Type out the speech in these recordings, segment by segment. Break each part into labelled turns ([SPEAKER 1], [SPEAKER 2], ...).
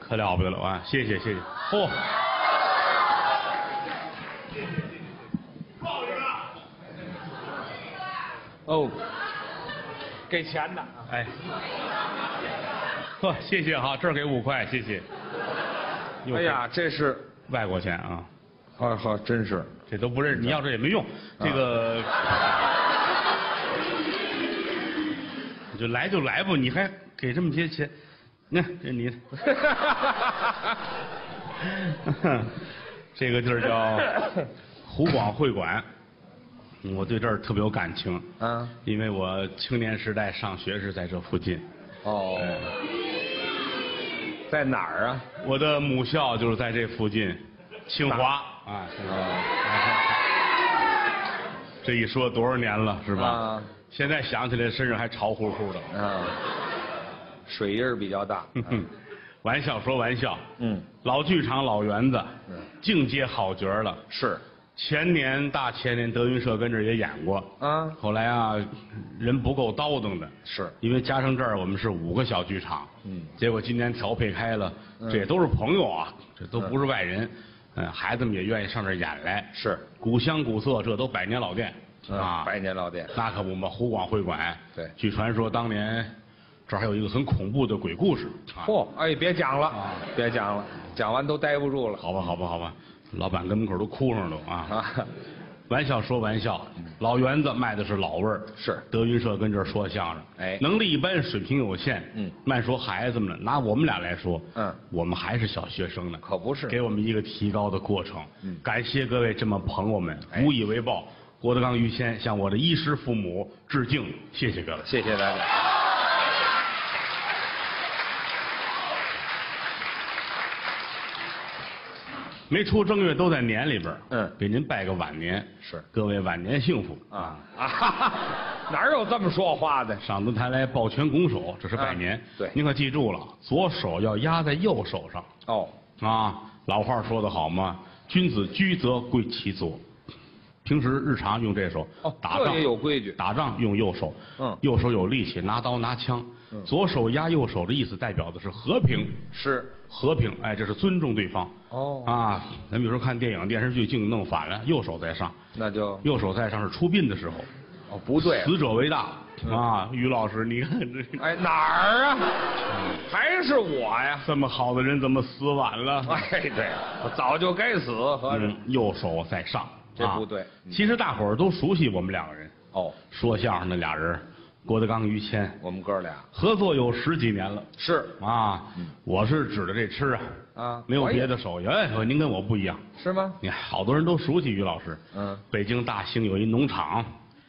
[SPEAKER 1] 可了不得了啊！谢谢谢谢，嚯、
[SPEAKER 2] 哦，给钱的，
[SPEAKER 1] 哎，呵，谢谢哈，这儿给五块，谢谢。又
[SPEAKER 2] 哎呀，这是，
[SPEAKER 1] 外国钱啊，
[SPEAKER 2] 好好，真是，
[SPEAKER 1] 这都不认识，
[SPEAKER 2] 嗯
[SPEAKER 1] 你要这也没用。
[SPEAKER 2] 啊
[SPEAKER 1] 这个，你就来就来吧，你还给这么些钱，那这 你的，这个地儿叫湖广会馆，嗯我对这儿特别有感情，
[SPEAKER 2] 啊，
[SPEAKER 1] 因为我青年时代上学是在这附近，
[SPEAKER 2] 哦，在哪儿啊？
[SPEAKER 1] 我的母校就是在这附近，清华啊，清华。这一说多少年了，是吧？
[SPEAKER 2] 啊
[SPEAKER 1] 现在想起来身上还潮乎乎的。嗯
[SPEAKER 2] 啊，水印儿比较大，
[SPEAKER 1] 哼哼，玩笑说玩笑，
[SPEAKER 2] 嗯，
[SPEAKER 1] 老剧场老园子，净接好角儿了。
[SPEAKER 2] 是，
[SPEAKER 1] 前年大前年德云社跟这儿也演过，
[SPEAKER 2] 啊，
[SPEAKER 1] 后来啊，人不够叨腾的，
[SPEAKER 2] 是，
[SPEAKER 1] 因为加上这儿我们是五个小剧场，
[SPEAKER 2] 嗯，
[SPEAKER 1] 结果今年调配开了，这也都是朋友啊，这都不是外人，嗯，孩子们也愿意上这儿演来，
[SPEAKER 2] 是，
[SPEAKER 1] 古香古色，这都百年老店
[SPEAKER 2] 啊，
[SPEAKER 1] 啊，
[SPEAKER 2] 百年老店，
[SPEAKER 1] 那可不嘛，湖广会馆，
[SPEAKER 2] 对
[SPEAKER 1] 据传说当年这儿还有一个很恐怖的鬼故事，啊，
[SPEAKER 2] 嚯、哎，别讲了、
[SPEAKER 1] 啊
[SPEAKER 2] 别讲了，讲完都待不住了
[SPEAKER 1] 好吧，好吧，好吧，老板跟门口都哭上了都啊，
[SPEAKER 2] 啊，
[SPEAKER 1] 玩笑说玩笑，老园子卖的是老味儿，
[SPEAKER 2] 嗯是
[SPEAKER 1] 德云社跟这儿说相声，
[SPEAKER 2] 哎
[SPEAKER 1] 能力一般，水平有限，
[SPEAKER 2] 嗯
[SPEAKER 1] 慢说孩子们了，拿我们俩来说，
[SPEAKER 2] 嗯，
[SPEAKER 1] 我们还是小学生呢，
[SPEAKER 2] 可不是
[SPEAKER 1] 给我们一个提高的过程，
[SPEAKER 2] 嗯
[SPEAKER 1] 感谢各位这么捧我们，
[SPEAKER 2] 哎
[SPEAKER 1] 无以为报。郭德纲、于谦向我的衣食父母致敬，谢谢各位。
[SPEAKER 2] 谢谢大家。啊
[SPEAKER 1] 没出正月都在年里边儿
[SPEAKER 2] 嗯
[SPEAKER 1] 给您拜个晚年，
[SPEAKER 2] 是
[SPEAKER 1] 各位晚年幸福。
[SPEAKER 2] 啊啊哈哈，哪有这么说话的？
[SPEAKER 1] 上登台来抱拳拱手，这是拜年。
[SPEAKER 2] 啊对
[SPEAKER 1] 您可记住了，左手要压在右手上
[SPEAKER 2] 哦，
[SPEAKER 1] 啊。老话说得好嘛，君子居则贵其左。平时日常用这手，
[SPEAKER 2] 哦
[SPEAKER 1] 打
[SPEAKER 2] 这
[SPEAKER 1] 仗
[SPEAKER 2] 也有规矩
[SPEAKER 1] 打仗用右手，
[SPEAKER 2] 嗯
[SPEAKER 1] 右手有力气，拿刀拿枪。左手压右手的意思代表的是和平，
[SPEAKER 2] 是
[SPEAKER 1] 和平，哎，这是尊重对方。
[SPEAKER 2] 哦
[SPEAKER 1] 啊，咱们有时候看电影、电视剧，净弄反了，右手在上，
[SPEAKER 2] 那就
[SPEAKER 1] 右手在上是出殡的时候，
[SPEAKER 2] 哦不对，嗯
[SPEAKER 1] 死者为大啊。于老师，你看这。
[SPEAKER 2] 哎哪儿啊？
[SPEAKER 1] 嗯
[SPEAKER 2] 还是我呀？
[SPEAKER 1] 这么好的人怎么死晚了？
[SPEAKER 2] 哎，对，我早就该死，合着、
[SPEAKER 1] 嗯，右手在上，
[SPEAKER 2] 这嗯
[SPEAKER 1] 啊
[SPEAKER 2] 不对
[SPEAKER 1] 其实大伙儿都熟悉我们两个人，
[SPEAKER 2] 哦，
[SPEAKER 1] 说相声的俩人，郭德纲、于谦，
[SPEAKER 2] 我们哥俩
[SPEAKER 1] 合作有十几年了
[SPEAKER 2] 是
[SPEAKER 1] 啊。我是指着这吃啊，
[SPEAKER 2] 嗯啊
[SPEAKER 1] 没有
[SPEAKER 2] 我也
[SPEAKER 1] 别的手艺。哎，您跟我不一样，
[SPEAKER 2] 是吗？
[SPEAKER 1] 你看好多人都熟悉于老师。
[SPEAKER 2] 嗯，
[SPEAKER 1] 北京大兴有一农场，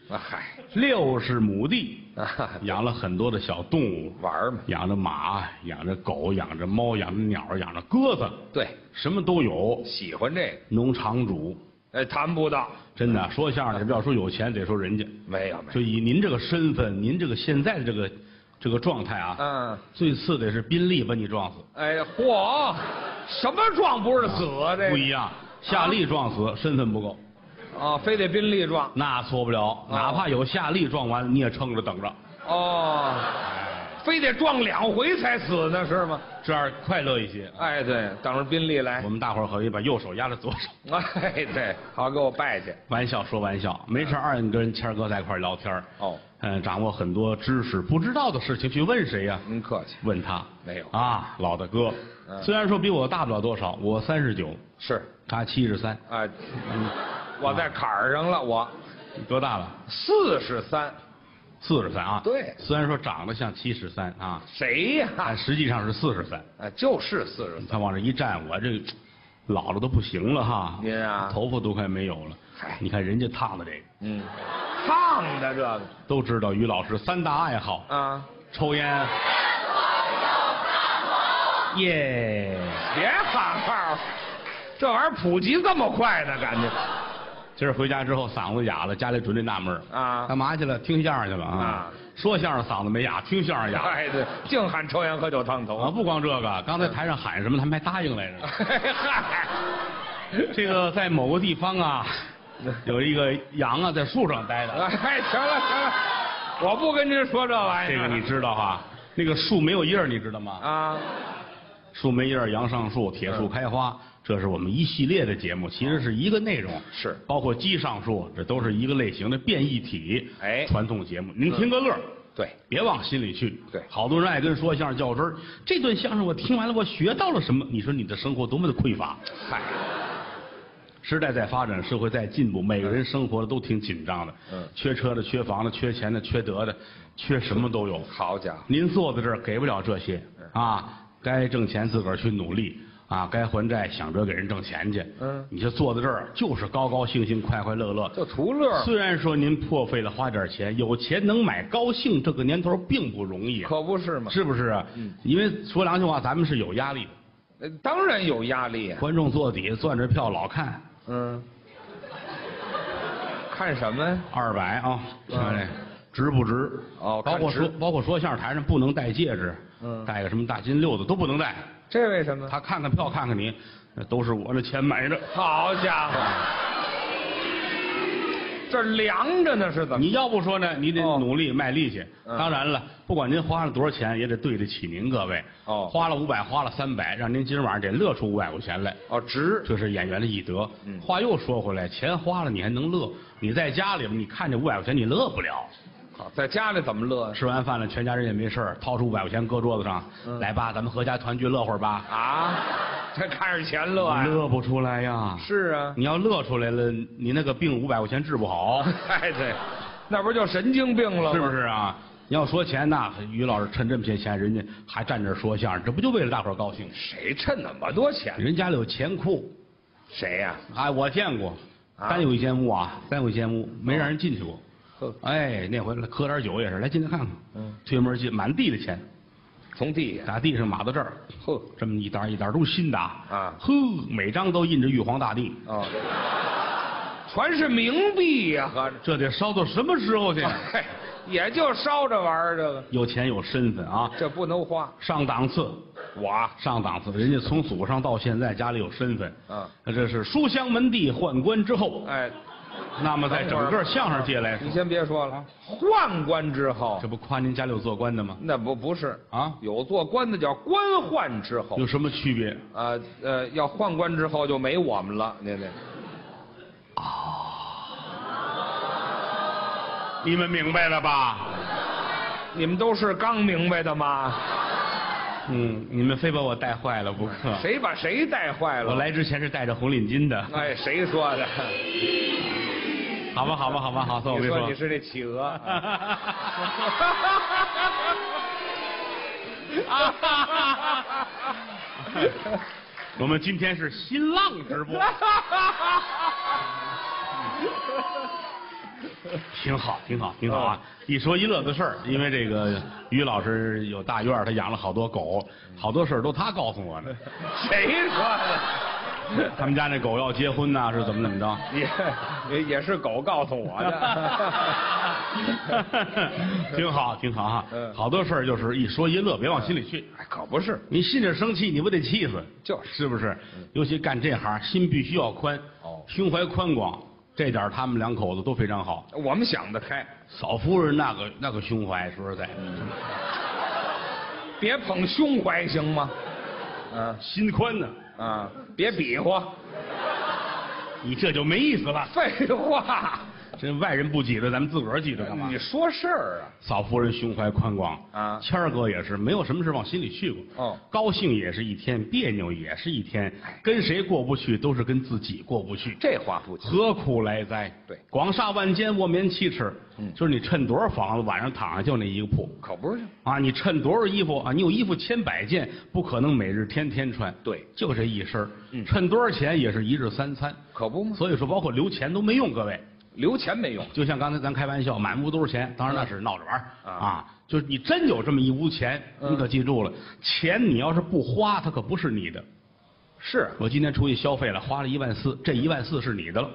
[SPEAKER 2] 啊嗨，
[SPEAKER 1] 六十亩地，
[SPEAKER 2] 啊
[SPEAKER 1] 养了很多的小动物，
[SPEAKER 2] 玩儿嘛，
[SPEAKER 1] 养着马，养着狗，养着猫，养着鸟，养着鸽子，
[SPEAKER 2] 对，
[SPEAKER 1] 什么都有。
[SPEAKER 2] 喜欢这个，
[SPEAKER 1] 农场主，
[SPEAKER 2] 哎，谈不到，
[SPEAKER 1] 真的说相声的，不要说有钱，得说人家。
[SPEAKER 2] 没有没
[SPEAKER 1] 就
[SPEAKER 2] 有，
[SPEAKER 1] 以您这个身份，您这个现在的这个这个状态啊，
[SPEAKER 2] 嗯。
[SPEAKER 1] 最次得是宾利把你撞死，
[SPEAKER 2] 哎，嚯，什么撞不是死啊？这
[SPEAKER 1] 不一样。夏利撞死，身份不够，
[SPEAKER 2] 啊，非得宾利撞
[SPEAKER 1] 那错不了。哪怕有夏利撞完，你也撑着等着，
[SPEAKER 2] 哦，
[SPEAKER 1] 哎
[SPEAKER 2] 非得撞两回才死呢，是吗？
[SPEAKER 1] 这样快乐一些。
[SPEAKER 2] 哎，对，等着宾利来
[SPEAKER 1] 我。们大伙儿可以把右手压着左手，
[SPEAKER 2] 哎，对，好给我拜去。
[SPEAKER 1] 玩笑说玩笑，没事儿二你跟谦儿哥在一块儿聊天儿
[SPEAKER 2] 哎哦，
[SPEAKER 1] 嗯，掌握很多知识，不知道的事情去问谁呀、
[SPEAKER 2] 您客气。
[SPEAKER 1] 问他
[SPEAKER 2] 没有
[SPEAKER 1] 啊，老大哥，
[SPEAKER 2] 嗯
[SPEAKER 1] 虽然说比我大不了多少，我三十九，
[SPEAKER 2] 是
[SPEAKER 1] 他七十三，
[SPEAKER 2] 啊，我在坎儿上了，我
[SPEAKER 1] 你多大了？
[SPEAKER 2] 四十三。
[SPEAKER 1] 四十三啊。
[SPEAKER 2] 对
[SPEAKER 1] 虽然说长得像七十三啊，
[SPEAKER 2] 谁呀
[SPEAKER 1] 但？实际上是四十三。
[SPEAKER 2] 啊，就是四十
[SPEAKER 1] 你
[SPEAKER 2] 三。
[SPEAKER 1] 看往这一站，我这老了都不行了哈。
[SPEAKER 2] 您啊
[SPEAKER 1] 头发都快没有了。
[SPEAKER 2] 嗨
[SPEAKER 1] 你看人家烫的这个，
[SPEAKER 2] 嗯，烫的这个
[SPEAKER 1] 都知道于老师三大爱好：
[SPEAKER 2] 啊，
[SPEAKER 1] 抽烟，耶，
[SPEAKER 2] 别喊号，这玩意儿普及这么快呢，感觉
[SPEAKER 1] 今儿回家之后嗓子哑了，家里准得纳闷儿
[SPEAKER 2] 啊
[SPEAKER 1] 干嘛去了？听相声去了啊
[SPEAKER 2] 啊？
[SPEAKER 1] 说相声嗓子没哑，听相声哑
[SPEAKER 2] 哎，对，净喊抽烟喝酒烫头
[SPEAKER 1] 啊！不光这个，刚才台上喊什么，他们还答应来 着。
[SPEAKER 2] 嗨，
[SPEAKER 1] 这个在某个地方 啊，有一个羊啊在树上待着，
[SPEAKER 2] 哎，行了行了，我不跟您说这玩意
[SPEAKER 1] 这个
[SPEAKER 2] 儿了。
[SPEAKER 1] 你知道哈？那个树没有叶儿，你知道吗？
[SPEAKER 2] 啊，
[SPEAKER 1] 树梅叶儿杨上树，铁树开花，这是我们一系列的节目，其实是一个内容，
[SPEAKER 2] 啊是
[SPEAKER 1] 包括鸡上树，这都是一个类型的变异体。
[SPEAKER 2] 哎
[SPEAKER 1] 传统节目，您听个乐儿。
[SPEAKER 2] 对，
[SPEAKER 1] 别往心里去。
[SPEAKER 2] 对
[SPEAKER 1] 好多人爱跟说相声较真儿。这段相声我听完了，我学到了什么？你说你的生活多么的匮乏！
[SPEAKER 2] 嗨，
[SPEAKER 1] 时代在发展，社会在进步，每个人生活的都挺紧张的。
[SPEAKER 2] 嗯
[SPEAKER 1] 缺车的、缺房的、缺钱的、缺德的，缺什么都有。
[SPEAKER 2] 好家伙，
[SPEAKER 1] 您坐在这儿给不了这些
[SPEAKER 2] 嗯
[SPEAKER 1] 啊，该挣钱自个儿去努力啊，该还债想着给人挣钱去。
[SPEAKER 2] 嗯
[SPEAKER 1] 你就坐在这儿，就是高高兴兴、快快乐乐。
[SPEAKER 2] 就图乐儿，
[SPEAKER 1] 虽然说您破费了花点钱，有钱能买高兴，这个年头并不容易啊，
[SPEAKER 2] 可嗯不是吗？
[SPEAKER 1] 是不是啊？因为说良心话，咱们是有压力的，
[SPEAKER 2] 呃当然有压力呀。
[SPEAKER 1] 观众坐底下攥着票老看
[SPEAKER 2] 嗯，看什么呀？
[SPEAKER 1] 二百啊，
[SPEAKER 2] 嗯
[SPEAKER 1] 看这值不值？
[SPEAKER 2] 哦
[SPEAKER 1] 包括
[SPEAKER 2] 看值
[SPEAKER 1] 说包括说相声台上不能戴戒指，
[SPEAKER 2] 嗯
[SPEAKER 1] 戴个什么大金溜子都不能戴。
[SPEAKER 2] 这为什么？
[SPEAKER 1] 他看看票，看看你，那都是我的钱买的。
[SPEAKER 2] 好家伙，这凉着呢是怎么？
[SPEAKER 1] 你要不说呢，你得
[SPEAKER 2] 嗯哦
[SPEAKER 1] 努力卖力气。
[SPEAKER 2] 嗯
[SPEAKER 1] 当然了，不管您花了多少钱，也得对得起您各位。
[SPEAKER 2] 哦
[SPEAKER 1] 花了五百，花了三百，让您今儿晚上得乐出五百块钱来，
[SPEAKER 2] 哦，直
[SPEAKER 1] 这是演员的艺德
[SPEAKER 2] 嗯。
[SPEAKER 1] 话又说回来，钱花了你还能乐？你在家里边，你看这五百块钱你乐不了。
[SPEAKER 2] 好，在家里怎么乐呀？
[SPEAKER 1] 吃完饭了，全家人也没事儿掏出五百块钱搁桌子上，
[SPEAKER 2] 嗯
[SPEAKER 1] 来吧，咱们合家团聚乐会儿吧。
[SPEAKER 2] 啊，这看着钱乐呀？
[SPEAKER 1] 乐不出来呀！
[SPEAKER 2] 是啊，
[SPEAKER 1] 你要乐出来了，你那个病五百块钱治不 好。
[SPEAKER 2] 哎对，那不就神经病了吗？
[SPEAKER 1] 是不是啊？你要说钱，那于老师趁这么些钱，人家还站这儿说相声，这不就为了大伙儿高兴？
[SPEAKER 2] 谁趁那么多钱？
[SPEAKER 1] 人家里有钱库，
[SPEAKER 2] 谁呀、
[SPEAKER 1] 哎，我见过，
[SPEAKER 2] 啊
[SPEAKER 1] 单有一间屋啊，单有一间屋，没让人进去过。
[SPEAKER 2] 呵，
[SPEAKER 1] 哎，那回来喝点酒也是，来进来看看。
[SPEAKER 2] 嗯，
[SPEAKER 1] 推门进，满地的钱，
[SPEAKER 2] 从地下。
[SPEAKER 1] 打地上码到这儿，
[SPEAKER 2] 呵，
[SPEAKER 1] 这么一沓一沓都是新的啊
[SPEAKER 2] 啊
[SPEAKER 1] 呵，每张都印着玉皇大帝，
[SPEAKER 2] 哦，全是冥币呀、合着。
[SPEAKER 1] 这得烧到什么时候 去？
[SPEAKER 2] 嘿，也就烧这玩意儿，这个
[SPEAKER 1] 有钱有身份啊，
[SPEAKER 2] 这不能花。
[SPEAKER 1] 上档次，
[SPEAKER 2] 我啊
[SPEAKER 1] 上档次，人家从祖上到现在家里有身份，
[SPEAKER 2] 嗯，
[SPEAKER 1] 这是书香门第宦官之 后，
[SPEAKER 2] 哎，
[SPEAKER 1] 那么在整个相声界来说
[SPEAKER 2] 你，先别说了，宦官之后
[SPEAKER 1] 这，不夸您家里有做官的吗？
[SPEAKER 2] 那不不是
[SPEAKER 1] 啊
[SPEAKER 2] 有做官的叫官宦之后
[SPEAKER 1] 有，什么区别？
[SPEAKER 2] 啊呃，要宦官之后就没我们了，您这
[SPEAKER 1] 你们明白了吧？
[SPEAKER 2] 你们都是刚明白的吗？
[SPEAKER 1] 嗯，你们非把我带坏了不可。
[SPEAKER 2] 谁把谁带坏了？
[SPEAKER 1] 我，来之前是戴着红领巾的，
[SPEAKER 2] 哎，谁说的？
[SPEAKER 1] 好吧，好吧，好吧，好，算我
[SPEAKER 2] 你
[SPEAKER 1] 没
[SPEAKER 2] 说你是那企鹅。
[SPEAKER 1] 我们今天是新浪直播，挺好，挺好，挺好啊！一说一乐的事儿，因为这个于老师有大院儿，他养了好多狗，好多事儿都他告诉我的。
[SPEAKER 2] 谁说的？
[SPEAKER 1] 他们家那狗要结婚呐、是怎么怎么着？
[SPEAKER 2] 也也也是狗告诉 我的。
[SPEAKER 1] 挺好，挺好哈、
[SPEAKER 2] 嗯
[SPEAKER 1] 好多事儿就是一说一乐，别往心里去。
[SPEAKER 2] 哎，可不是，
[SPEAKER 1] 你心里生气，你不得气死？
[SPEAKER 2] 就是
[SPEAKER 1] 是不是？尤其干这行，心必须要宽，
[SPEAKER 2] 哦
[SPEAKER 1] 胸怀宽广，这点儿他们两口子都非常好。
[SPEAKER 2] 我们想得开，
[SPEAKER 1] 嫂夫人那个那个胸怀，说实在，
[SPEAKER 2] 别捧胸怀行吗？嗯
[SPEAKER 1] 心宽呢，
[SPEAKER 2] 啊，别比划，
[SPEAKER 1] 你这就没意思了。
[SPEAKER 2] 废话，
[SPEAKER 1] 这外人不记得，咱们自个儿记得干嘛
[SPEAKER 2] 你？说事儿啊？
[SPEAKER 1] 嫂夫人胸怀宽广
[SPEAKER 2] 啊
[SPEAKER 1] 谦儿哥也是没有什么事往心里去过。
[SPEAKER 2] 哦哎
[SPEAKER 1] 高兴也是一天，别扭也是一天，跟谁过不去都是跟自己过不去，
[SPEAKER 2] 这话不轻。
[SPEAKER 1] 何苦来哉？
[SPEAKER 2] 对
[SPEAKER 1] 广厦万间，卧眠七尺。
[SPEAKER 2] 嗯
[SPEAKER 1] 就是你趁多少房子，晚上躺下就那一个铺
[SPEAKER 2] 可不是，
[SPEAKER 1] 啊！你趁多少衣服啊？你有衣服千百件，不可能每日天天穿。
[SPEAKER 2] 对
[SPEAKER 1] 就这一身儿
[SPEAKER 2] 嗯
[SPEAKER 1] 趁多少钱也是一日三餐。
[SPEAKER 2] 可不吗？
[SPEAKER 1] 所以说，包括留钱都没用，各位。
[SPEAKER 2] 留钱没用，
[SPEAKER 1] 就像刚才咱开玩笑，满屋都是钱，当然那是闹着玩儿、
[SPEAKER 2] 啊
[SPEAKER 1] 啊。就是你真有这么一屋钱，
[SPEAKER 2] 嗯
[SPEAKER 1] 你可记住了，钱你要是不花，它可不是你的。
[SPEAKER 2] 是
[SPEAKER 1] 我今天出去消费了，花了一万四，这一万四是你的了，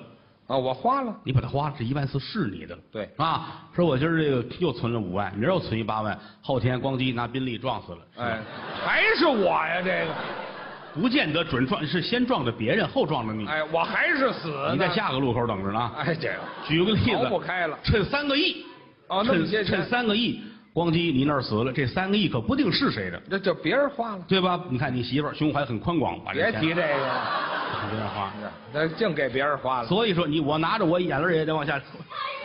[SPEAKER 2] 啊，我花了，
[SPEAKER 1] 你把它花了，这一万四是你的了。
[SPEAKER 2] 对
[SPEAKER 1] 啊，说我今儿这个又存了五万，明儿又存一八万，后天咣叽拿宾利撞死了，
[SPEAKER 2] 哎，还是我呀，这个，
[SPEAKER 1] 不见得准撞，是先撞的别人，后撞的你。
[SPEAKER 2] 哎，我还是死呢。
[SPEAKER 1] 嗯你在下个路口等着呢。
[SPEAKER 2] 哎，这个
[SPEAKER 1] 举个例子，
[SPEAKER 2] 逃不开了
[SPEAKER 1] 趁三个亿，
[SPEAKER 2] 哦那么
[SPEAKER 1] 趁
[SPEAKER 2] 些钱
[SPEAKER 1] 趁三个亿，咣叽你那儿死了，这三个亿可不定是谁的，
[SPEAKER 2] 这就别人花了，
[SPEAKER 1] 对吧？你看你媳妇儿胸怀很宽广，把这
[SPEAKER 2] 别
[SPEAKER 1] 钱啊
[SPEAKER 2] 提这个，
[SPEAKER 1] 别人花。
[SPEAKER 2] 这净给别人花了。
[SPEAKER 1] 所以说你我拿着我眼泪也得往下流，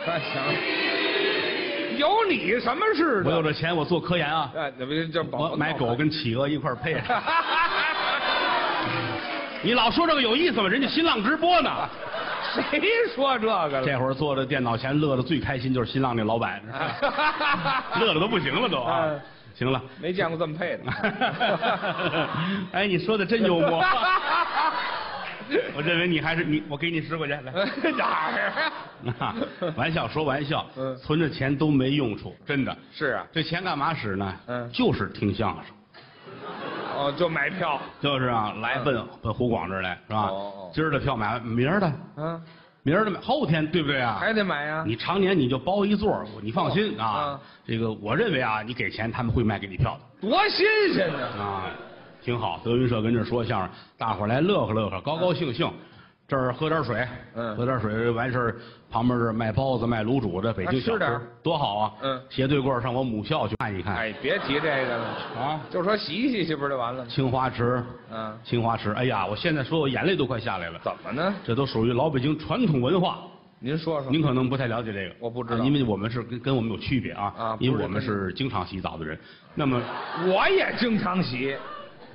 [SPEAKER 2] 哎行，有你什么事
[SPEAKER 1] 我有
[SPEAKER 2] 的？
[SPEAKER 1] 这钱我做科研啊，
[SPEAKER 2] 哎，那不这宝
[SPEAKER 1] 我买狗。跟企鹅一块儿配。 啊
[SPEAKER 2] 谁
[SPEAKER 1] 你老说这个有意思吗？人家新浪直播呢，
[SPEAKER 2] 说这个了？
[SPEAKER 1] 这会儿坐在电脑前乐的最开心就是新浪那老板， 乐的都不行了都啊
[SPEAKER 2] 嗯。
[SPEAKER 1] 行了，
[SPEAKER 2] 没见过这么配的。
[SPEAKER 1] 哎，你说的真幽默。
[SPEAKER 2] 我
[SPEAKER 1] 我认为你还是你，我给你十块钱来。
[SPEAKER 2] 哪儿
[SPEAKER 1] 啊
[SPEAKER 2] 啊？
[SPEAKER 1] 玩笑说玩笑，
[SPEAKER 2] 嗯
[SPEAKER 1] 存着钱都没用处，真的。
[SPEAKER 2] 是啊，
[SPEAKER 1] 这钱干嘛使呢？
[SPEAKER 2] 嗯
[SPEAKER 1] 就是听相声，
[SPEAKER 2] 哦，就买票。
[SPEAKER 1] 就是啊，来奔奔湖广这儿来，是吧
[SPEAKER 2] 嗯哦哦？
[SPEAKER 1] 今儿的票买完，明儿的，
[SPEAKER 2] 嗯，
[SPEAKER 1] 明儿的买，后天对不对啊？
[SPEAKER 2] 还得买呀。
[SPEAKER 1] 你常年你就包一座，你放心啊
[SPEAKER 2] 啊。
[SPEAKER 1] 这个我认为啊，你给钱他们会卖给你票的
[SPEAKER 2] 多新鲜呢！
[SPEAKER 1] 啊，挺好。德云社跟这儿说相声，大伙儿来乐呵乐呵，高高兴兴。这儿喝点水，
[SPEAKER 2] 嗯
[SPEAKER 1] 喝点水完事儿，旁边这儿卖包子、卖卤煮的，北京
[SPEAKER 2] 啊吃
[SPEAKER 1] 小
[SPEAKER 2] 点
[SPEAKER 1] 吃
[SPEAKER 2] 儿
[SPEAKER 1] 多好啊！
[SPEAKER 2] 嗯
[SPEAKER 1] 斜对过儿上我母校去看一看
[SPEAKER 2] 哎，别提这个了，
[SPEAKER 1] 啊。
[SPEAKER 2] 就说洗洗去不就完了吗？
[SPEAKER 1] 清华池，
[SPEAKER 2] 嗯，
[SPEAKER 1] 清华池，哎呀，我现在说我眼泪都快下来了。
[SPEAKER 2] 怎么呢？
[SPEAKER 1] 这都属于老北京传统文化，
[SPEAKER 2] 您说说。
[SPEAKER 1] 您可能不太了解这个。
[SPEAKER 2] 嗯我不知
[SPEAKER 1] 啊
[SPEAKER 2] 道
[SPEAKER 1] 因为我们是跟跟我们有区别啊，
[SPEAKER 2] 啊
[SPEAKER 1] 因
[SPEAKER 2] 不
[SPEAKER 1] 为
[SPEAKER 2] 是
[SPEAKER 1] 我们
[SPEAKER 2] 跟
[SPEAKER 1] 是经常洗澡的人。那么
[SPEAKER 2] 我也经常洗。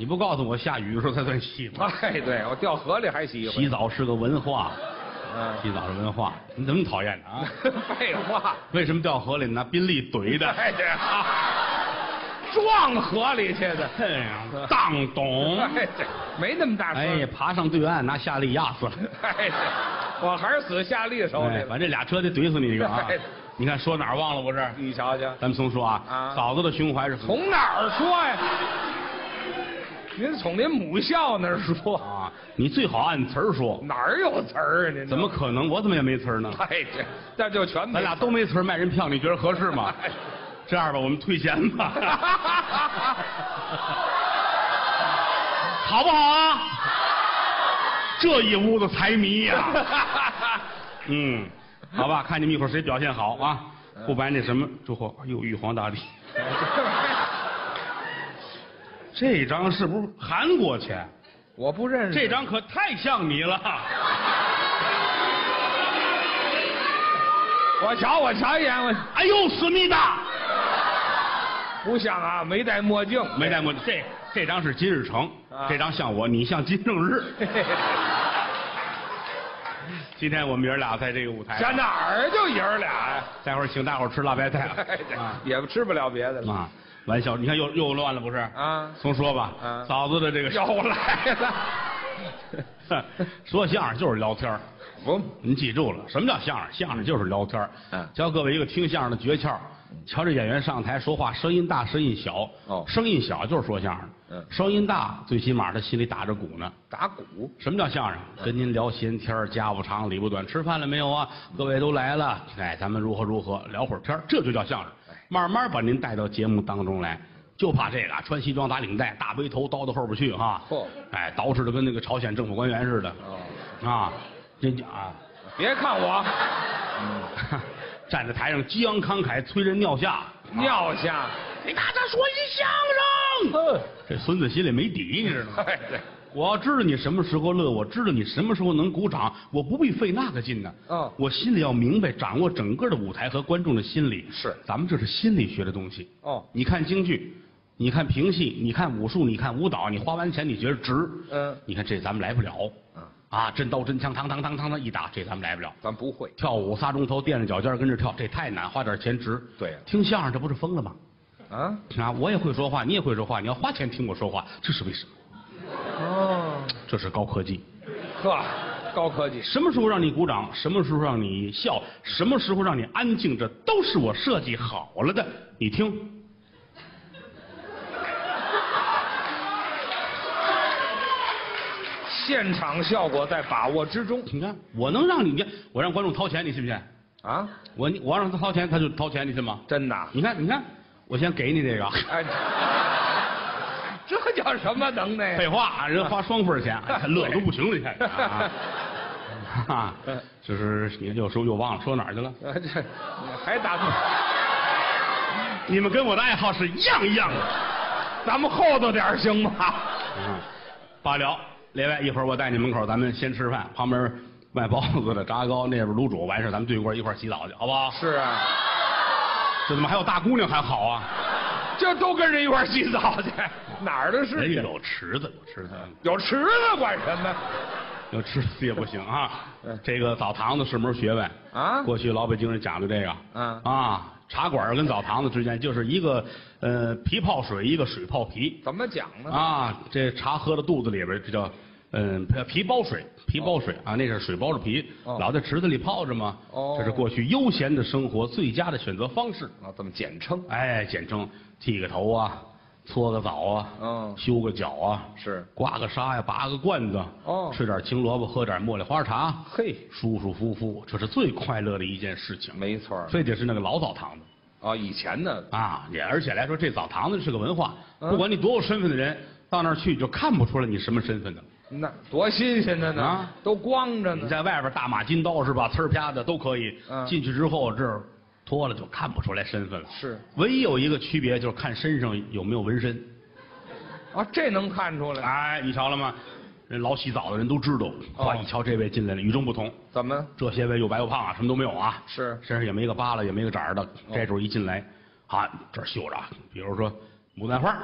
[SPEAKER 1] 你不告诉我下雨的时候才算洗吗？
[SPEAKER 2] 哎，对，我掉河里还洗一回。
[SPEAKER 1] 洗澡是个文化，
[SPEAKER 2] 嗯，
[SPEAKER 1] 洗澡是文化，你怎么讨厌呢啊？
[SPEAKER 2] 废话。
[SPEAKER 1] 为什么掉河里拿宾利怼的？
[SPEAKER 2] 哎呀，撞河里去的。
[SPEAKER 1] 哎 呀，当懂。
[SPEAKER 2] 哎，这没那么大声。
[SPEAKER 1] 嗯哎，爬上对岸拿下力压死了。
[SPEAKER 2] 哎，这 我还是死下力手里
[SPEAKER 1] 哎，
[SPEAKER 2] 了。
[SPEAKER 1] 反正俩车得怼死你一个啊
[SPEAKER 2] 哎！
[SPEAKER 1] 你看说哪儿忘了我这儿？
[SPEAKER 2] 你瞧瞧，
[SPEAKER 1] 咱们从说啊，
[SPEAKER 2] 啊
[SPEAKER 1] 嫂子的胸怀是很
[SPEAKER 2] 从哪儿说呀？您从您母校那儿说，
[SPEAKER 1] 啊，你最好按词儿说，
[SPEAKER 2] 哪儿有词儿啊？您这
[SPEAKER 1] 怎么？可能？我怎么也没词 儿呢？
[SPEAKER 2] 哎，这那就全
[SPEAKER 1] 咱俩都没词儿卖人票，你觉得合适吗？这样吧，我们退钱吧，好不好啊？这一屋子财迷呀、嗯，好吧，看你们一会儿谁表现好啊？不白那什么，祝贺，哎呦，玉皇大帝，这张是不是韩国钱？
[SPEAKER 2] 我不认识
[SPEAKER 1] 这张可太像你了。
[SPEAKER 2] 我瞧我瞧一眼，我
[SPEAKER 1] 哎呦，思密达，
[SPEAKER 2] 不像啊，没戴墨镜，
[SPEAKER 1] 没 戴墨镜，这这张是金日成，
[SPEAKER 2] 啊
[SPEAKER 1] 这张像我，你像金正日。
[SPEAKER 2] 嘿嘿嘿
[SPEAKER 1] 今天我们爷儿俩在这个舞台上，
[SPEAKER 2] 这哪儿就爷儿俩呀？
[SPEAKER 1] 待会儿请大伙儿吃辣白菜
[SPEAKER 2] 哎
[SPEAKER 1] 啊
[SPEAKER 2] 这也吃不了别的了
[SPEAKER 1] 啊！玩笑，你看又又乱了不是？
[SPEAKER 2] 啊！
[SPEAKER 1] 重说吧，
[SPEAKER 2] 嗯
[SPEAKER 1] 嫂子的这个，
[SPEAKER 2] 又来了，
[SPEAKER 1] 说相声就是聊天儿
[SPEAKER 2] 不，
[SPEAKER 1] 您记住了，什么叫相声？相声就是聊天儿
[SPEAKER 2] 嗯
[SPEAKER 1] 教各位一个听相声的诀窍。瞧这演员上台说话，声音大，声音小。
[SPEAKER 2] 哦
[SPEAKER 1] 声音小就是说相声。
[SPEAKER 2] 嗯
[SPEAKER 1] 声音大，最起码他心里打着鼓呢。
[SPEAKER 2] 打鼓
[SPEAKER 1] 什么叫相声？跟您聊闲天儿家务长里不短，吃饭了没有啊？各位都来了，哎，咱们如何如何聊会儿天儿这就叫相声。
[SPEAKER 2] 哎
[SPEAKER 1] 慢慢把您带到节目当中来，就怕这个啊穿西装打领带，大背头叨到后边去哈。
[SPEAKER 2] 嚯
[SPEAKER 1] 哎，捯饬的跟那个朝鲜政府官员似的
[SPEAKER 2] 哦，
[SPEAKER 1] 啊，这啊，
[SPEAKER 2] 别看我
[SPEAKER 1] 站在台上激昂慷慨，催人尿下。
[SPEAKER 2] 尿下，
[SPEAKER 1] 给大家说一相声。
[SPEAKER 2] 哼，
[SPEAKER 1] 这孙子心里没底，你知道吗？
[SPEAKER 2] 哎对，
[SPEAKER 1] 我要知道你什么时候乐，我知道你什么时候能鼓掌，我不必费那个劲呢。
[SPEAKER 2] 嗯
[SPEAKER 1] 我心里要明白，掌握整个的舞台和观众的心理。
[SPEAKER 2] 是
[SPEAKER 1] 咱们这是心理学的东西。
[SPEAKER 2] 哦
[SPEAKER 1] 你看京剧，你看评戏，你看武术，你看舞蹈，你花完钱你觉得值。
[SPEAKER 2] 嗯
[SPEAKER 1] 你看这咱们来不了。
[SPEAKER 2] 嗯
[SPEAKER 1] 啊，真刀真枪，当当当当当一打，这咱们来不了。
[SPEAKER 2] 咱不会，
[SPEAKER 1] 跳舞仨钟头，垫着脚尖儿跟着跳，这太难，花点钱值。
[SPEAKER 2] 对呀
[SPEAKER 1] 听相声这不是疯了吗？
[SPEAKER 2] 啊，
[SPEAKER 1] 啊，我也会说话，你也会说话，你要花钱听我说话，这是为什么？
[SPEAKER 2] 哦，
[SPEAKER 1] 这是高科技。
[SPEAKER 2] 呵，高科技，
[SPEAKER 1] 什么时候让你鼓掌，什么时候让你笑，什么时候让你安静，这都是我设计好了的。你听，
[SPEAKER 2] 现场效果在把握之中
[SPEAKER 1] 你看，我能让你，你看我让观众掏钱，你信不信？
[SPEAKER 2] 啊，
[SPEAKER 1] 我你我让他掏钱，他就掏钱，你信吗？
[SPEAKER 2] 真的啊，
[SPEAKER 1] 你看，你看，我先给你这个。
[SPEAKER 2] 哎， 这叫什么能耐
[SPEAKER 1] 废
[SPEAKER 2] 呀？
[SPEAKER 1] 话，人花双份儿钱，哎乐都不行了，你看。啊啊，
[SPEAKER 2] 啊
[SPEAKER 1] 就是你有时候又忘了说哪儿去了。
[SPEAKER 2] 哎这还打字，
[SPEAKER 1] 你们跟我的爱好是一样一样的。
[SPEAKER 2] 咱们厚道点儿行吗？
[SPEAKER 1] 嗯，罢了，列位，一会儿我带你门口，咱们先吃饭。旁边卖包子的、炸糕，那边卤煮，完事儿咱们对过一块儿洗澡去，好不好？
[SPEAKER 2] 是啊，
[SPEAKER 1] 这怎么还有大姑娘还好啊？
[SPEAKER 2] 这都跟人一块儿洗澡去，哪儿的事
[SPEAKER 1] 人家
[SPEAKER 2] 情？
[SPEAKER 1] 有池子，有池子，
[SPEAKER 2] 有池子管什么？
[SPEAKER 1] 啊有池子也不行啊
[SPEAKER 2] 嗯。
[SPEAKER 1] 这个澡堂子是门学问
[SPEAKER 2] 啊
[SPEAKER 1] 过去老北京人讲究这个。
[SPEAKER 2] 嗯
[SPEAKER 1] 啊，茶馆儿跟澡堂子之间就是一个呃皮泡水，一个水泡皮。
[SPEAKER 2] 怎么讲呢？
[SPEAKER 1] 啊，这茶喝到肚子里边儿，这叫嗯皮皮包水，皮包水、啊，那是水包着皮，
[SPEAKER 2] 哦
[SPEAKER 1] 老在池子里泡着嘛。
[SPEAKER 2] 哦
[SPEAKER 1] 这是过去悠闲的生活最佳的选择方式。
[SPEAKER 2] 啊，怎么简称？
[SPEAKER 1] 哎，简称剃个头啊，搓个澡啊，
[SPEAKER 2] 嗯
[SPEAKER 1] 修个脚啊，
[SPEAKER 2] 是
[SPEAKER 1] 刮个痧呀，拔个罐子，
[SPEAKER 2] 哦
[SPEAKER 1] 吃点青萝卜，喝点茉莉花茶，
[SPEAKER 2] 嘿，
[SPEAKER 1] 舒舒服服，这是最快乐的一件事情。
[SPEAKER 2] 没错儿
[SPEAKER 1] 非得是那个老澡堂子。
[SPEAKER 2] 啊，以前呢，
[SPEAKER 1] 啊，也而且来说，这澡堂子是个文化，
[SPEAKER 2] 嗯
[SPEAKER 1] 不管你多有身份的人，到那儿去就看不出来你什么身份的了。
[SPEAKER 2] 那多新鲜的呢
[SPEAKER 1] 啊，
[SPEAKER 2] 都光着
[SPEAKER 1] 你
[SPEAKER 2] 呢。
[SPEAKER 1] 在外边大马金刀是吧？呲儿啪的都可以
[SPEAKER 2] 嗯，
[SPEAKER 1] 进去之后这儿脱了就看不出来身份了。
[SPEAKER 2] 是
[SPEAKER 1] 唯一有一个区别就是看身上有没有纹身。
[SPEAKER 2] 啊，这能看出来。
[SPEAKER 1] 哎，你瞧了吗？人老洗澡的人都知道，哇！
[SPEAKER 2] 哦
[SPEAKER 1] 一瞧这位进来了，与众不同。
[SPEAKER 2] 怎么？
[SPEAKER 1] 这些位又白又胖啊，什么都没有啊，
[SPEAKER 2] 是
[SPEAKER 1] 身上也没个疤了，也没个褶的。
[SPEAKER 2] 哦
[SPEAKER 1] 这时候一进来，啊，这儿绣着啊，比如说牡丹花儿，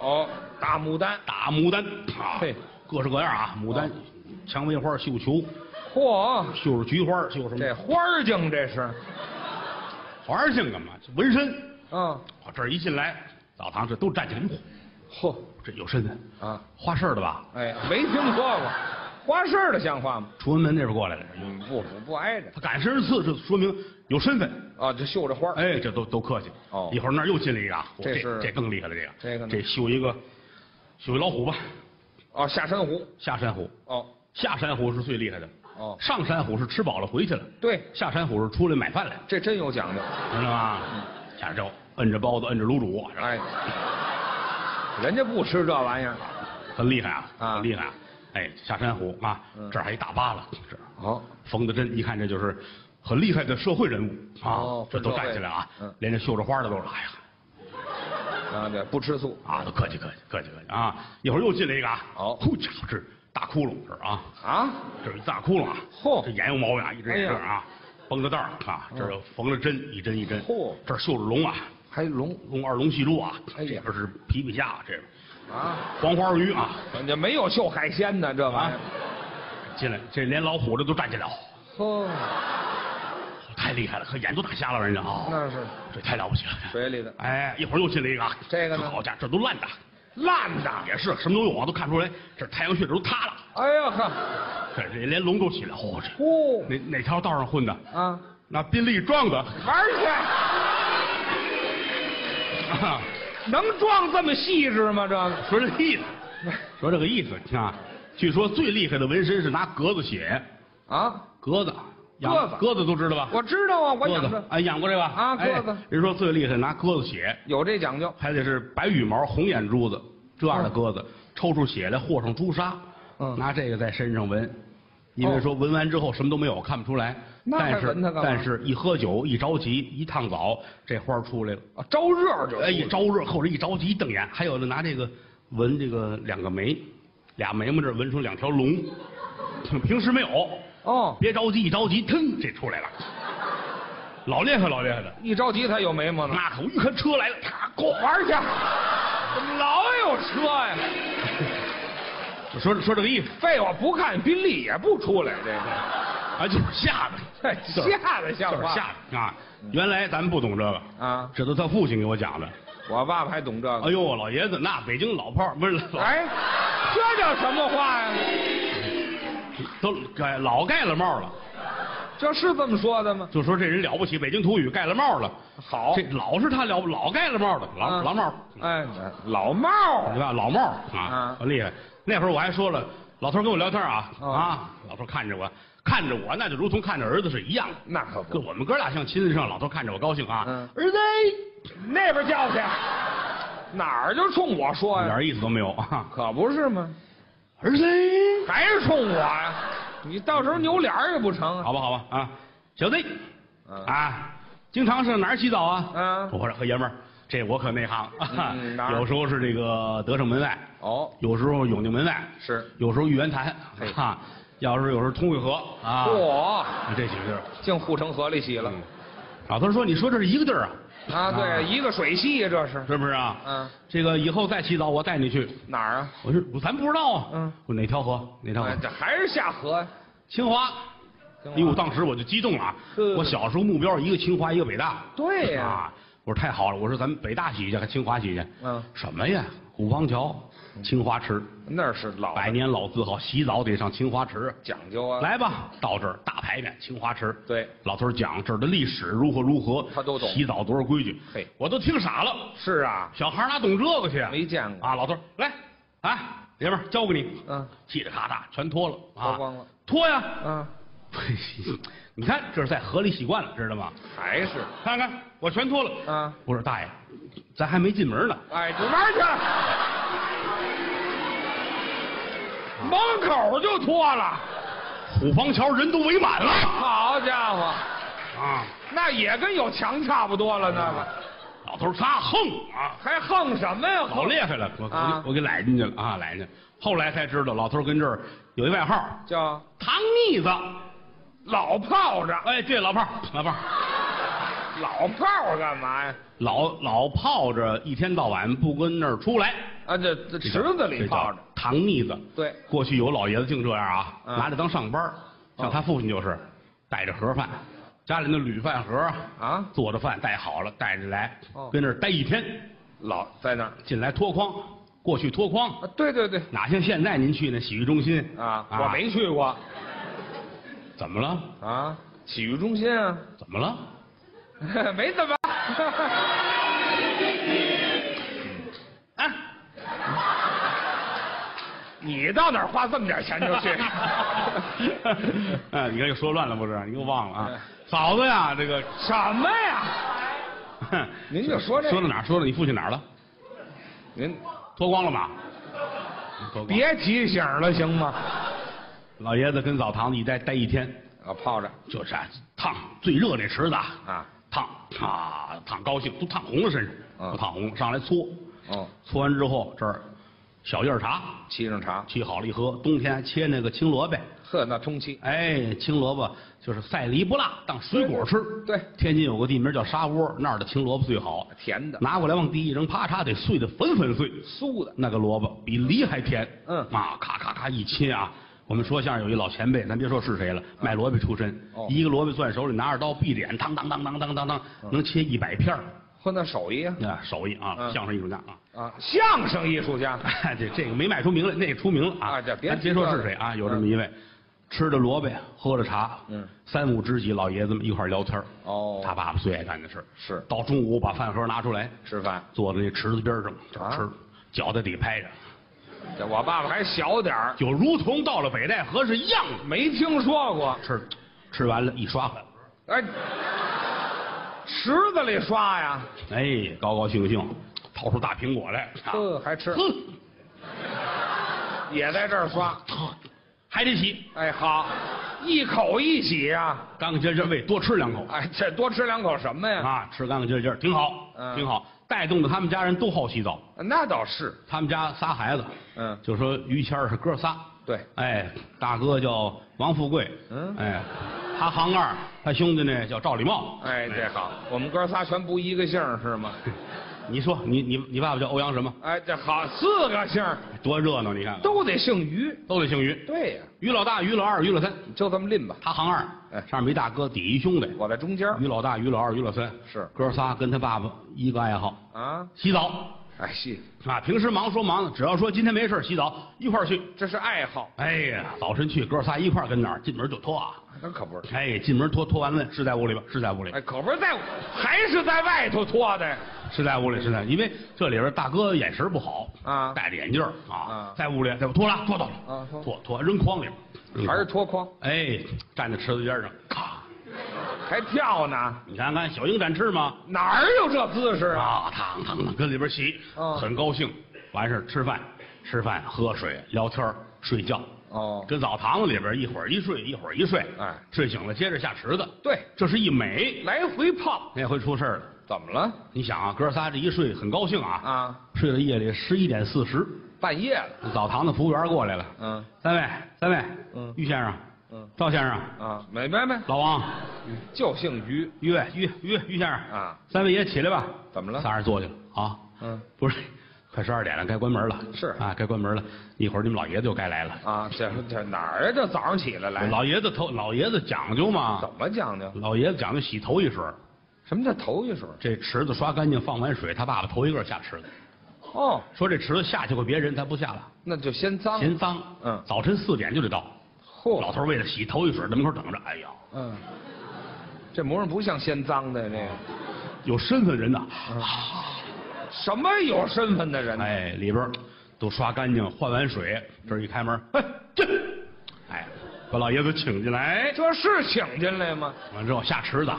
[SPEAKER 2] 哦，大牡丹。
[SPEAKER 1] 大牡丹啊
[SPEAKER 2] 嘿，
[SPEAKER 1] 各式各样啊，牡丹、蔷薇花、绣球、
[SPEAKER 2] 嚯，
[SPEAKER 1] 绣着菊花、绣什
[SPEAKER 2] 这
[SPEAKER 1] 么
[SPEAKER 2] 花儿精这是。
[SPEAKER 1] 花儿性干嘛？纹身。
[SPEAKER 2] 嗯，
[SPEAKER 1] 我这儿一进来，澡堂这都站起来，哟
[SPEAKER 2] 嚯
[SPEAKER 1] 这有身份，
[SPEAKER 2] 啊，
[SPEAKER 1] 花市的吧？
[SPEAKER 2] 哎，没听说过，花市儿的像话吗？
[SPEAKER 1] 崇文门那边过来的，
[SPEAKER 2] 嗯，不不不挨着
[SPEAKER 1] 他敢身而刺，这说明有身份。
[SPEAKER 2] 啊，就绣着花儿。
[SPEAKER 1] 哎，这都都客气。
[SPEAKER 2] 哦
[SPEAKER 1] 一会儿那儿又进来一个啊，嚯
[SPEAKER 2] 这
[SPEAKER 1] 这
[SPEAKER 2] 是
[SPEAKER 1] 这更厉害了，这个
[SPEAKER 2] 这个呢
[SPEAKER 1] 这绣一个，绣一老虎吧，
[SPEAKER 2] 哦，下山湖。
[SPEAKER 1] 下山虎，
[SPEAKER 2] 哦
[SPEAKER 1] 下山虎是最厉害的。
[SPEAKER 2] 哦，
[SPEAKER 1] 上山虎是吃饱了回去了，
[SPEAKER 2] 对，
[SPEAKER 1] 下山虎是出来买饭来。
[SPEAKER 2] 这真有讲究。
[SPEAKER 1] 知道吗？下周摁着包子，摁着卤煮，
[SPEAKER 2] 哎，人家不吃这玩意儿。
[SPEAKER 1] 很厉害啊，
[SPEAKER 2] 啊嗯
[SPEAKER 1] 很厉害啊！哎，下山虎啊，这儿还一大疤了，这儿
[SPEAKER 2] 哦，
[SPEAKER 1] 缝的针，一看这就是很厉害的社会人物啊，
[SPEAKER 2] 哦
[SPEAKER 1] 这都站起来啊，
[SPEAKER 2] 嗯
[SPEAKER 1] 连这绣着花的都是，哎呀，
[SPEAKER 2] 啊对，不吃素
[SPEAKER 1] 啊，都客气客气客气客气啊！一会儿又进来一个啊，
[SPEAKER 2] 好
[SPEAKER 1] 好家伙，这是大窟窿这儿啊，
[SPEAKER 2] 啊。
[SPEAKER 1] 这是一大窟窿啊，
[SPEAKER 2] 嚯
[SPEAKER 1] 这眼有毛病啊，一直
[SPEAKER 2] 哎
[SPEAKER 1] 也
[SPEAKER 2] 呀嗯
[SPEAKER 1] 是啊，绷着带儿啊，这儿又缝着针，一针一针，
[SPEAKER 2] 嚯
[SPEAKER 1] 这儿绣着龙啊，
[SPEAKER 2] 还龙
[SPEAKER 1] 龙二龙戏珠啊，
[SPEAKER 2] 哎
[SPEAKER 1] 这
[SPEAKER 2] 呀
[SPEAKER 1] 边是皮皮虾，这边
[SPEAKER 2] 啊，
[SPEAKER 1] 黄花鱼啊，
[SPEAKER 2] 这没有秀海鲜的这玩意儿。
[SPEAKER 1] 进来，这连老虎这都站起来，哦，
[SPEAKER 2] 哦，
[SPEAKER 1] 太厉害了，可眼都打瞎了，人家啊，
[SPEAKER 2] 那是
[SPEAKER 1] 这太了不起了。
[SPEAKER 2] 水里的
[SPEAKER 1] 哎，一会儿又进来一个啊，
[SPEAKER 2] 这个呢
[SPEAKER 1] 好家伙，这都烂的，
[SPEAKER 2] 烂的。
[SPEAKER 1] 也是什么都有啊，都看出来，这太阳穴这都塌了，
[SPEAKER 2] 哎呀呵，
[SPEAKER 1] 这这连龙都起来，嚯、这
[SPEAKER 2] 呼
[SPEAKER 1] 哪哪条道上混的？
[SPEAKER 2] 啊，
[SPEAKER 1] 那宾利撞的，
[SPEAKER 2] 玩
[SPEAKER 1] 啊
[SPEAKER 2] 去，能装这么细致吗？这个
[SPEAKER 1] 说这意思，说这个意思啊。据说最厉害的纹身是拿格子写，
[SPEAKER 2] 啊，
[SPEAKER 1] 格子，养
[SPEAKER 2] 鸽子
[SPEAKER 1] 鸽子都知道吧？
[SPEAKER 2] 我知道啊，我
[SPEAKER 1] 鸽
[SPEAKER 2] 养
[SPEAKER 1] 子
[SPEAKER 2] 着，
[SPEAKER 1] 哎，养过这个
[SPEAKER 2] 啊鸽子
[SPEAKER 1] 哎人说最厉害拿鸽子血，
[SPEAKER 2] 有这讲究。
[SPEAKER 1] 还得是白羽毛、红眼珠子这样的鸽子，抽出血来和上朱砂，
[SPEAKER 2] 嗯哦
[SPEAKER 1] 拿这个在身上纹，因为说纹完之后什么都没有，看不出来。
[SPEAKER 2] 那还
[SPEAKER 1] 但是
[SPEAKER 2] 纹它干嘛
[SPEAKER 1] 但是一喝酒、一着急、一烫澡，这花儿出来了。
[SPEAKER 2] 啊，招热就
[SPEAKER 1] 哎，
[SPEAKER 2] 是
[SPEAKER 1] 一招热或者一着急一瞪眼，还有的拿这个纹这个两个眉，俩眉毛这儿纹出两条龙， 平时没有。
[SPEAKER 2] 哦，
[SPEAKER 1] 别着急，一着急，腾，这出来了，老厉害老厉害的。
[SPEAKER 2] 一着急他有眉毛呢。
[SPEAKER 1] 那可不一看车来了，啪，咣！
[SPEAKER 2] 玩去，怎么老有车呀？
[SPEAKER 1] 说说这个意思，
[SPEAKER 2] 废话，不看宾利也不出来这 个。
[SPEAKER 1] 啊，就是吓的，
[SPEAKER 2] 嘿哎吓得 像
[SPEAKER 1] 就是
[SPEAKER 2] 话
[SPEAKER 1] 吓的啊！原来咱们不懂这个，
[SPEAKER 2] 啊，
[SPEAKER 1] 这都他父亲给我讲的。
[SPEAKER 2] 我爸爸还懂这
[SPEAKER 1] 哎
[SPEAKER 2] 个。
[SPEAKER 1] 呦，老爷子，那北京老炮儿不是老
[SPEAKER 2] 哎，这叫什么话呀？
[SPEAKER 1] 都盖老盖了帽了，
[SPEAKER 2] 这是这么说的吗？
[SPEAKER 1] 就说这人了不起，北京土语盖了帽了。
[SPEAKER 2] 好
[SPEAKER 1] 这老是他了，老盖了帽的，老、
[SPEAKER 2] 啊
[SPEAKER 1] 老帽，
[SPEAKER 2] 哎，老帽儿
[SPEAKER 1] 对吧？老帽
[SPEAKER 2] 啊
[SPEAKER 1] 啊，厉害。那会儿我还说了，老头儿跟我聊天啊、
[SPEAKER 2] 哦
[SPEAKER 1] 啊，老头儿看着我，看着我，那就如同看着儿子是一样的。
[SPEAKER 2] 那可
[SPEAKER 1] 跟
[SPEAKER 2] 不，
[SPEAKER 1] 我们哥俩像亲得上，老头看着我高兴啊。
[SPEAKER 2] 嗯
[SPEAKER 1] 儿子，
[SPEAKER 2] 那边叫去，哪儿就冲我
[SPEAKER 1] 一
[SPEAKER 2] 说呀？
[SPEAKER 1] 点意思都没有 啊。
[SPEAKER 2] 可不是吗？
[SPEAKER 1] 儿子，
[SPEAKER 2] 还是冲我呀？你到时候扭脸儿也不成啊？
[SPEAKER 1] 好吧好吧啊，小子，
[SPEAKER 2] 嗯
[SPEAKER 1] 啊，经常上哪儿洗澡啊？
[SPEAKER 2] 嗯
[SPEAKER 1] 我说和爷们儿，这我可内行。
[SPEAKER 2] 嗯哪儿
[SPEAKER 1] 有时候是这个德胜门外，
[SPEAKER 2] 哦，
[SPEAKER 1] 有时候永定门外，
[SPEAKER 2] 是
[SPEAKER 1] 有时候玉渊潭
[SPEAKER 2] 嘿，
[SPEAKER 1] 啊，要是有时候通惠河啊，
[SPEAKER 2] 嚯，
[SPEAKER 1] 这几个地儿。
[SPEAKER 2] 净护城河里洗了
[SPEAKER 1] 嗯，老头说：“你说这是一个地儿啊，
[SPEAKER 2] 啊，对，一个水系呀，这是
[SPEAKER 1] 是不是啊？
[SPEAKER 2] 嗯，
[SPEAKER 1] 这个以后再洗澡，我带你去。
[SPEAKER 2] 哪儿啊？
[SPEAKER 1] 我说咱不知道啊，
[SPEAKER 2] 嗯，
[SPEAKER 1] 我哪条河？哪条河
[SPEAKER 2] 哎？这还是下河呀。
[SPEAKER 1] 清华。
[SPEAKER 2] 清
[SPEAKER 1] 哎
[SPEAKER 2] 华
[SPEAKER 1] 呦，当时我就激动了啊
[SPEAKER 2] 呵！
[SPEAKER 1] 我小时候目标一个清华，一个北大。
[SPEAKER 2] 对呀
[SPEAKER 1] 啊，我说太好了，我说咱们北大洗去，还清华洗去。
[SPEAKER 2] 嗯
[SPEAKER 1] 什么呀？古方桥、清华池，
[SPEAKER 2] 那是老
[SPEAKER 1] 百年老字号，洗澡得上清华池。
[SPEAKER 2] 讲究啊。，
[SPEAKER 1] 来吧，到这儿大排面清华池。
[SPEAKER 2] 对，
[SPEAKER 1] 老头儿讲这儿的历史如何如何，
[SPEAKER 2] 他都懂
[SPEAKER 1] 洗澡多少规矩，
[SPEAKER 2] 嘿
[SPEAKER 1] 我都听傻了。
[SPEAKER 2] 是啊，
[SPEAKER 1] 小孩儿哪懂这个去啊？
[SPEAKER 2] 没见过
[SPEAKER 1] 啊！老头儿来，啊，爷们儿交给你。
[SPEAKER 2] 嗯，
[SPEAKER 1] 嘁里咔嚓全脱了啊，
[SPEAKER 2] 脱光了。
[SPEAKER 1] 脱呀！
[SPEAKER 2] 嗯，
[SPEAKER 1] 你看这是在河里洗惯了，知道吗？
[SPEAKER 2] 还是，
[SPEAKER 1] 看看我全脱了。
[SPEAKER 2] 嗯，
[SPEAKER 1] 我说大爷，咱还没进门呢。
[SPEAKER 2] 哎，你玩去，门口就脱了，
[SPEAKER 1] 虎坊桥人都围满了
[SPEAKER 2] 好家伙，
[SPEAKER 1] 啊！
[SPEAKER 2] 那也跟有墙差不多了，那个
[SPEAKER 1] 老头儿仨横啊，
[SPEAKER 2] 还横什么呀？
[SPEAKER 1] 老
[SPEAKER 2] 横
[SPEAKER 1] 厉害了，我
[SPEAKER 2] 啊
[SPEAKER 1] 我给我给揽进去了啊，揽进去。后来才知道，老头儿跟这儿有一外号
[SPEAKER 2] 叫
[SPEAKER 1] “糖腻子”。
[SPEAKER 2] 老炮着，
[SPEAKER 1] 哎，对，老炮儿，老炮儿，
[SPEAKER 2] 老炮干嘛呀？
[SPEAKER 1] 老老泡着，一天到晚不跟那儿出来，
[SPEAKER 2] 啊，这这池子里泡着，，
[SPEAKER 1] 糖腻子。
[SPEAKER 2] 对
[SPEAKER 1] 过去有老爷子净这样啊，
[SPEAKER 2] 嗯
[SPEAKER 1] 拿着当上班儿像他父亲就是，带着盒饭，家里那铝饭盒
[SPEAKER 2] 啊
[SPEAKER 1] 做着饭带好了带着来
[SPEAKER 2] 哦，
[SPEAKER 1] 跟那儿待一天，
[SPEAKER 2] 老在那儿，
[SPEAKER 1] 进来脱筐，过去脱筐，
[SPEAKER 2] 啊，对对对，
[SPEAKER 1] 哪像现在您去那洗浴中心
[SPEAKER 2] 啊，我没去过
[SPEAKER 1] 怎么了？
[SPEAKER 2] 啊，洗浴中心啊，
[SPEAKER 1] 怎么了？
[SPEAKER 2] 没怎么，
[SPEAKER 1] 哎，
[SPEAKER 2] 啊你到哪儿花这么 点钱就 去？
[SPEAKER 1] 哎，你看又说乱了不是？你给我忘了
[SPEAKER 2] 哎
[SPEAKER 1] 啊！嫂子呀，这个，
[SPEAKER 2] 什么呀？您就说这个
[SPEAKER 1] 说到哪儿？说到你父亲哪儿了？
[SPEAKER 2] 您
[SPEAKER 1] 脱光了吧？脱光。
[SPEAKER 2] 别提醒了行吗？
[SPEAKER 1] 老爷子跟澡堂子一待待一天，
[SPEAKER 2] 啊，泡着
[SPEAKER 1] 就是啊烫最热这池子啊，
[SPEAKER 2] 啊，
[SPEAKER 1] 烫啊烫高兴，都烫红了身上，
[SPEAKER 2] 嗯
[SPEAKER 1] 都烫红了，上来搓，
[SPEAKER 2] 哦，
[SPEAKER 1] 搓完之后这儿小叶儿茶
[SPEAKER 2] 沏上茶，
[SPEAKER 1] 沏好了一喝，冬天切那个青萝卜。
[SPEAKER 2] 呵，那通气，
[SPEAKER 1] 哎，青萝卜就是赛梨不辣，当水果吃。
[SPEAKER 2] 对
[SPEAKER 1] 天津有个地名叫沙窝，那儿的青萝卜最好，
[SPEAKER 2] 甜的，
[SPEAKER 1] 拿过来往地一扔，啪嚓得碎得粉粉碎。
[SPEAKER 2] 酥的，
[SPEAKER 1] 那个萝卜比梨还甜。
[SPEAKER 2] 嗯
[SPEAKER 1] 啊，咔咔咔一切啊！我们说相声有一老前辈，咱别说是谁了，卖萝卜出身，
[SPEAKER 2] 嗯哦
[SPEAKER 1] 一个萝卜攥手里，拿着刀闭着眼，当当当当当当当，
[SPEAKER 2] 嗯
[SPEAKER 1] 能切一百片儿
[SPEAKER 2] 呵，那手艺啊
[SPEAKER 1] 啊，手艺啊，
[SPEAKER 2] 嗯
[SPEAKER 1] 相声艺术家啊。
[SPEAKER 2] 啊，相声艺术家，
[SPEAKER 1] 哎这这个没卖出名来，那个出名了啊！
[SPEAKER 2] 啊这别
[SPEAKER 1] 咱别说是谁啊，有这么一位，吃着萝卜，喝着茶，
[SPEAKER 2] 嗯，
[SPEAKER 1] 三五知己老爷子们一块儿聊天儿
[SPEAKER 2] 哦
[SPEAKER 1] 他爸爸最爱干的事儿
[SPEAKER 2] 是
[SPEAKER 1] 到中午把饭盒拿出来，
[SPEAKER 2] 吃饭，
[SPEAKER 1] 坐在那池子边上这儿
[SPEAKER 2] 啊
[SPEAKER 1] 吃，脚在底拍着，
[SPEAKER 2] 这我爸爸还小点儿，
[SPEAKER 1] 就如同到了北戴河是一样的。
[SPEAKER 2] 没听说过，
[SPEAKER 1] 吃，吃完了，一刷碗，
[SPEAKER 2] 哎，池子里刷呀，
[SPEAKER 1] 哎，高高兴兴，掏出大苹果来，啊
[SPEAKER 2] 呵，还吃，
[SPEAKER 1] 哼，
[SPEAKER 2] 也在这儿刷，
[SPEAKER 1] 还得洗，
[SPEAKER 2] 哎，好，一口一洗呀，
[SPEAKER 1] 干干净净喂，多吃两口
[SPEAKER 2] 哎，这多吃两口什么呀？
[SPEAKER 1] 啊，吃干干净净挺好，
[SPEAKER 2] 嗯
[SPEAKER 1] 挺好，带动着他们家人都好洗澡。
[SPEAKER 2] 那倒是，
[SPEAKER 1] 他们家仨孩子，
[SPEAKER 2] 嗯
[SPEAKER 1] 就说于谦儿是哥仨，
[SPEAKER 2] 对，
[SPEAKER 1] 哎，大哥叫王富贵，
[SPEAKER 2] 嗯
[SPEAKER 1] 哎，他行二，他兄弟呢叫赵礼茂，
[SPEAKER 2] 哎，这好，我们哥仨全不一个姓儿是吗？
[SPEAKER 1] 你说你你你爸爸叫欧阳什么？
[SPEAKER 2] 哎，这好，四个姓儿
[SPEAKER 1] 多热闹，你看
[SPEAKER 2] 都得姓于。
[SPEAKER 1] 都得姓于，
[SPEAKER 2] 对呀、
[SPEAKER 1] 于老大、于老二、于老三，
[SPEAKER 2] 就这么拎吧。
[SPEAKER 1] 他行二，
[SPEAKER 2] 哎
[SPEAKER 1] 上面一大哥，底一兄弟，
[SPEAKER 2] 我在中间儿
[SPEAKER 1] 于老大、于老二、于老三
[SPEAKER 2] 是
[SPEAKER 1] 哥仨跟他爸爸一个爱好，
[SPEAKER 2] 啊，
[SPEAKER 1] 洗澡
[SPEAKER 2] 哎，是，
[SPEAKER 1] 啊。平时忙说忙的，只要说今天没事儿洗澡，一块儿去。
[SPEAKER 2] 这是爱好，
[SPEAKER 1] 哎呀，早晨去，哥仨一块儿跟哪儿，进门就脱啊。
[SPEAKER 2] 那可不是。
[SPEAKER 1] 哎，进门脱脱完了，是在屋里吧？是在屋里，
[SPEAKER 2] 哎，可不是在，还是在外头脱的呀。
[SPEAKER 1] 是在屋里，是在，因为这里边大哥眼神不好
[SPEAKER 2] 啊
[SPEAKER 1] 戴着眼镜儿啊
[SPEAKER 2] 啊，
[SPEAKER 1] 在屋里，在脱了，脱到了，
[SPEAKER 2] 啊脱
[SPEAKER 1] 脱脱扔筐里边扔筐，
[SPEAKER 2] 还是脱筐，
[SPEAKER 1] 哎，站在池子边上，咔，
[SPEAKER 2] 还跳呢？
[SPEAKER 1] 你看看小鹰展翅嘛，
[SPEAKER 2] 哪儿有这姿势啊？
[SPEAKER 1] 啊，烫烫烫，跟里边洗，
[SPEAKER 2] 嗯
[SPEAKER 1] 很高兴。完事儿吃饭，吃饭喝水聊天儿睡觉，
[SPEAKER 2] 哦，
[SPEAKER 1] 跟澡堂子里边一会儿一睡一会儿一睡，
[SPEAKER 2] 哎
[SPEAKER 1] 睡醒了接着下池子，
[SPEAKER 2] 对，
[SPEAKER 1] 这是一美。
[SPEAKER 2] 来回泡，
[SPEAKER 1] 那回出事儿了，
[SPEAKER 2] 怎么了？
[SPEAKER 1] 你想啊，哥仨这一睡很高兴啊，
[SPEAKER 2] 啊，
[SPEAKER 1] 睡到夜里十一点四十，
[SPEAKER 2] 半夜了，
[SPEAKER 1] 澡堂子服务员过来了，
[SPEAKER 2] 嗯
[SPEAKER 1] 三位三位，
[SPEAKER 2] 嗯
[SPEAKER 1] 于先生，
[SPEAKER 2] 嗯，
[SPEAKER 1] 赵先生，
[SPEAKER 2] 啊，没没没，
[SPEAKER 1] 老王，
[SPEAKER 2] 就姓于，
[SPEAKER 1] 于于于于先生
[SPEAKER 2] 啊，
[SPEAKER 1] 三位也起来吧，
[SPEAKER 2] 怎么了
[SPEAKER 1] 仨人坐下了啊，
[SPEAKER 2] 嗯，
[SPEAKER 1] 不是，快十二点了，该关门了，
[SPEAKER 2] 是
[SPEAKER 1] 啊，该关门了，一会儿你们老爷子就该来了，
[SPEAKER 2] 啊，这这哪儿啊？这早上起来来，
[SPEAKER 1] 老爷子头老爷子讲究嘛，
[SPEAKER 2] 怎么讲究？
[SPEAKER 1] 老爷子讲究洗头一水儿，
[SPEAKER 2] 什么叫头一水？
[SPEAKER 1] 这池子刷干净放完水，他爸爸头一个下池子，
[SPEAKER 2] 哦，
[SPEAKER 1] 说这池子下去过别人，他不下了，
[SPEAKER 2] 那就先脏，
[SPEAKER 1] 嫌脏，
[SPEAKER 2] 嗯哦
[SPEAKER 1] 早晨四点就得到，
[SPEAKER 2] 嚯，
[SPEAKER 1] 老头儿为了洗头一水儿在门口等着，哎呀，
[SPEAKER 2] 嗯，这模样不像先脏的这个，
[SPEAKER 1] 有身份人呐，
[SPEAKER 2] 什么有身份的人？
[SPEAKER 1] 哎，里边儿都刷干净，换完水，这儿一开门，哎，进，哎，把老爷子请进来，
[SPEAKER 2] 这是请进来吗？
[SPEAKER 1] 完之后下池子，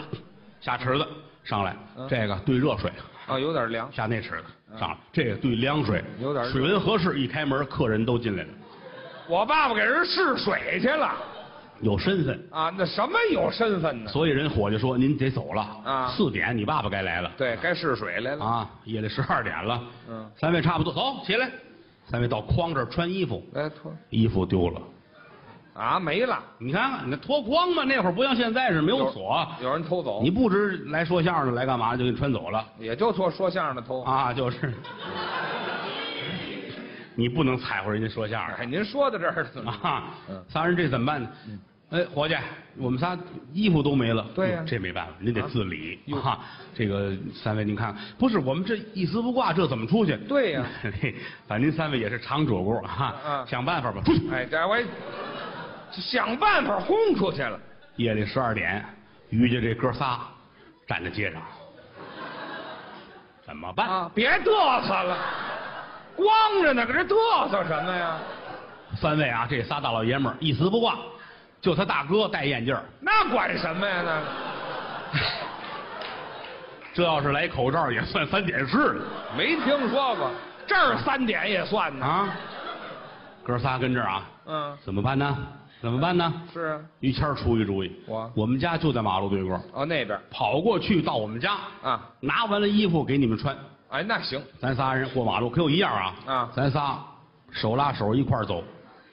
[SPEAKER 1] 下池子上来
[SPEAKER 2] 嗯，
[SPEAKER 1] 这个兑热水，
[SPEAKER 2] 啊，有点凉，
[SPEAKER 1] 下那池子上来，这个兑凉水，
[SPEAKER 2] 有点热
[SPEAKER 1] 水温合适，一开门客人都进来了，
[SPEAKER 2] 我爸爸给人试水去了
[SPEAKER 1] 有身份，
[SPEAKER 2] 啊，那什么有身份呢？
[SPEAKER 1] 所以人伙计说您得走了，
[SPEAKER 2] 啊
[SPEAKER 1] 四点你爸爸该来了，
[SPEAKER 2] 对该试水来了
[SPEAKER 1] 啊，夜里十二点了，
[SPEAKER 2] 嗯，
[SPEAKER 1] 三位差不多，走起来，三位到筐这儿穿衣服，
[SPEAKER 2] 来脱
[SPEAKER 1] 衣服丢了。
[SPEAKER 2] 啊，没了，
[SPEAKER 1] 你看看，你那脱光吧，那会儿不像现在是没有锁，
[SPEAKER 2] 有人偷走，
[SPEAKER 1] 你不知来说相声的来干嘛就给你穿走了
[SPEAKER 2] 也就说说相声的偷。
[SPEAKER 1] 啊，就是，你不能踩乎人家说相
[SPEAKER 2] 哎，
[SPEAKER 1] 声
[SPEAKER 2] 您说到这儿了
[SPEAKER 1] 啊
[SPEAKER 2] 嗯。
[SPEAKER 1] 仨人这怎么办呢？哎，伙计，我们仨衣服都没了。
[SPEAKER 2] 对呀
[SPEAKER 1] 哟这没办法，您得自理
[SPEAKER 2] 哟
[SPEAKER 1] 啊。这个三位您看看，不是我们这一丝不挂，这怎么出去？
[SPEAKER 2] 对呀
[SPEAKER 1] 嘿反正您三位也是长主顾啊
[SPEAKER 2] 嗯，
[SPEAKER 1] 想办法吧。出去
[SPEAKER 2] 哎，这我也想办法轰出去了。
[SPEAKER 1] 夜里十二点，于家这哥仨站在街上，怎么办？
[SPEAKER 2] 啊，别嘚瑟了，光着呢，搁这嘚瑟什么呀？
[SPEAKER 1] 三位啊，这仨大老爷们儿一丝不挂，就他大哥戴眼镜儿
[SPEAKER 2] 那管什么呀？那
[SPEAKER 1] 这要是来口罩也算三点式了
[SPEAKER 2] 没听说过，这儿三点也算呢。
[SPEAKER 1] 啊！哥仨跟这儿啊，
[SPEAKER 2] 嗯，
[SPEAKER 1] 怎么办呢？怎么办呢？
[SPEAKER 2] 是啊
[SPEAKER 1] 于谦儿出一主意，
[SPEAKER 2] 我
[SPEAKER 1] 我们家就在马路对过，
[SPEAKER 2] 哦那边
[SPEAKER 1] 跑过去到我们家，
[SPEAKER 2] 啊，
[SPEAKER 1] 拿完了衣服给你们穿，
[SPEAKER 2] 哎那行，
[SPEAKER 1] 咱仨人过马路可有一样啊，
[SPEAKER 2] 啊
[SPEAKER 1] 咱仨手拉手一块儿走，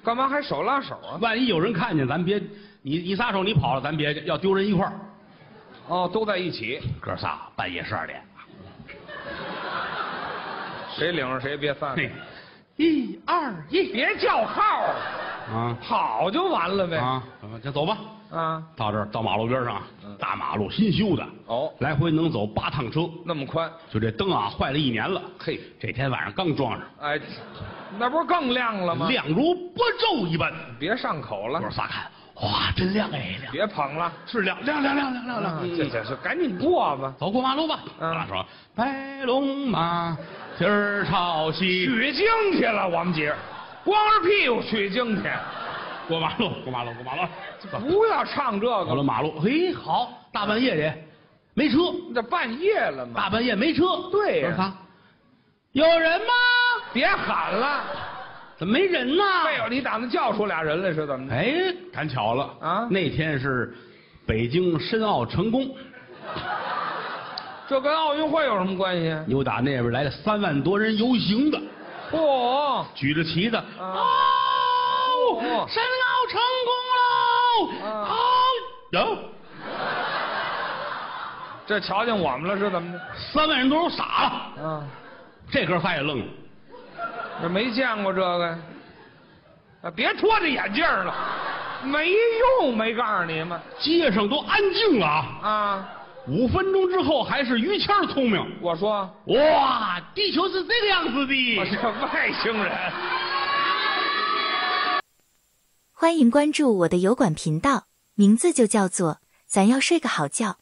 [SPEAKER 2] 干嘛还手拉手啊？
[SPEAKER 1] 万一有人看见，咱别你你撒手你跑了，咱别要丢人一块儿。
[SPEAKER 2] 哦，都在一起，
[SPEAKER 1] 哥仨半夜十二点，
[SPEAKER 2] 谁领着谁别翻
[SPEAKER 1] 嘿，一二
[SPEAKER 2] 一别叫号，
[SPEAKER 1] 啊
[SPEAKER 2] 跑就完了呗。
[SPEAKER 1] 啊，先走吧，
[SPEAKER 2] 啊，
[SPEAKER 1] 到这儿到马路边上啊，大马路新修的，
[SPEAKER 2] 哦，
[SPEAKER 1] 来回能走八趟车，
[SPEAKER 2] 那么宽，
[SPEAKER 1] 就这灯啊坏了一年了，
[SPEAKER 2] 嘿，
[SPEAKER 1] 这天晚上刚装
[SPEAKER 2] 哎，那不是更亮了吗
[SPEAKER 1] 上，？亮如波昼一般。
[SPEAKER 2] 别上口了
[SPEAKER 1] 哥，仨看，哇，真亮哎，亮
[SPEAKER 2] 别捧了，
[SPEAKER 1] 是亮亮亮亮亮亮
[SPEAKER 2] 啊
[SPEAKER 1] 亮，
[SPEAKER 2] 这这这赶紧过吧。
[SPEAKER 1] 走过马路吧。
[SPEAKER 2] 嗯
[SPEAKER 1] 啊，说白龙马，蹄儿朝西。
[SPEAKER 2] 取经去了，我们姐，光着屁股取经去，
[SPEAKER 1] 过马路，过马路，过马路，走
[SPEAKER 2] 不要唱这
[SPEAKER 1] 过嗯
[SPEAKER 2] 个
[SPEAKER 1] 了
[SPEAKER 2] 了。
[SPEAKER 1] 马路，嘿，好，大半夜的，没车，
[SPEAKER 2] 这半夜了嘛，
[SPEAKER 1] 大半夜没车，
[SPEAKER 2] 对呀
[SPEAKER 1] 我说啥有人吗？
[SPEAKER 2] 别喊了。
[SPEAKER 1] 啊怎么没人呢？
[SPEAKER 2] 哎呦，你打算叫出俩人来是怎么的？
[SPEAKER 1] 哎，赶巧了
[SPEAKER 2] 啊
[SPEAKER 1] 那天是北京申奥成功，
[SPEAKER 2] 这跟奥运会有什么关系？
[SPEAKER 1] 又打那边来了三万多人游行的，
[SPEAKER 2] 嚯、
[SPEAKER 1] 举着旗子，哦
[SPEAKER 2] 啊哦，
[SPEAKER 1] 申奥成功喽！
[SPEAKER 2] 啊
[SPEAKER 1] 好，有
[SPEAKER 2] 这瞧见我们了是怎么的？
[SPEAKER 1] 三万人都傻了，
[SPEAKER 2] 啊，
[SPEAKER 1] 这哥仨也愣了。
[SPEAKER 2] 这没见过这个呀。啊，别脱着眼镜了，没用，没告诉你们
[SPEAKER 1] 街上都安静了啊！
[SPEAKER 2] 啊！
[SPEAKER 1] 五分钟之后还是于谦儿聪明。
[SPEAKER 2] 我说，
[SPEAKER 1] 哇，地球是这个样子的
[SPEAKER 2] 我这外星人。
[SPEAKER 3] 欢迎关注我的油管频道，名字就叫做“咱要睡个好觉”。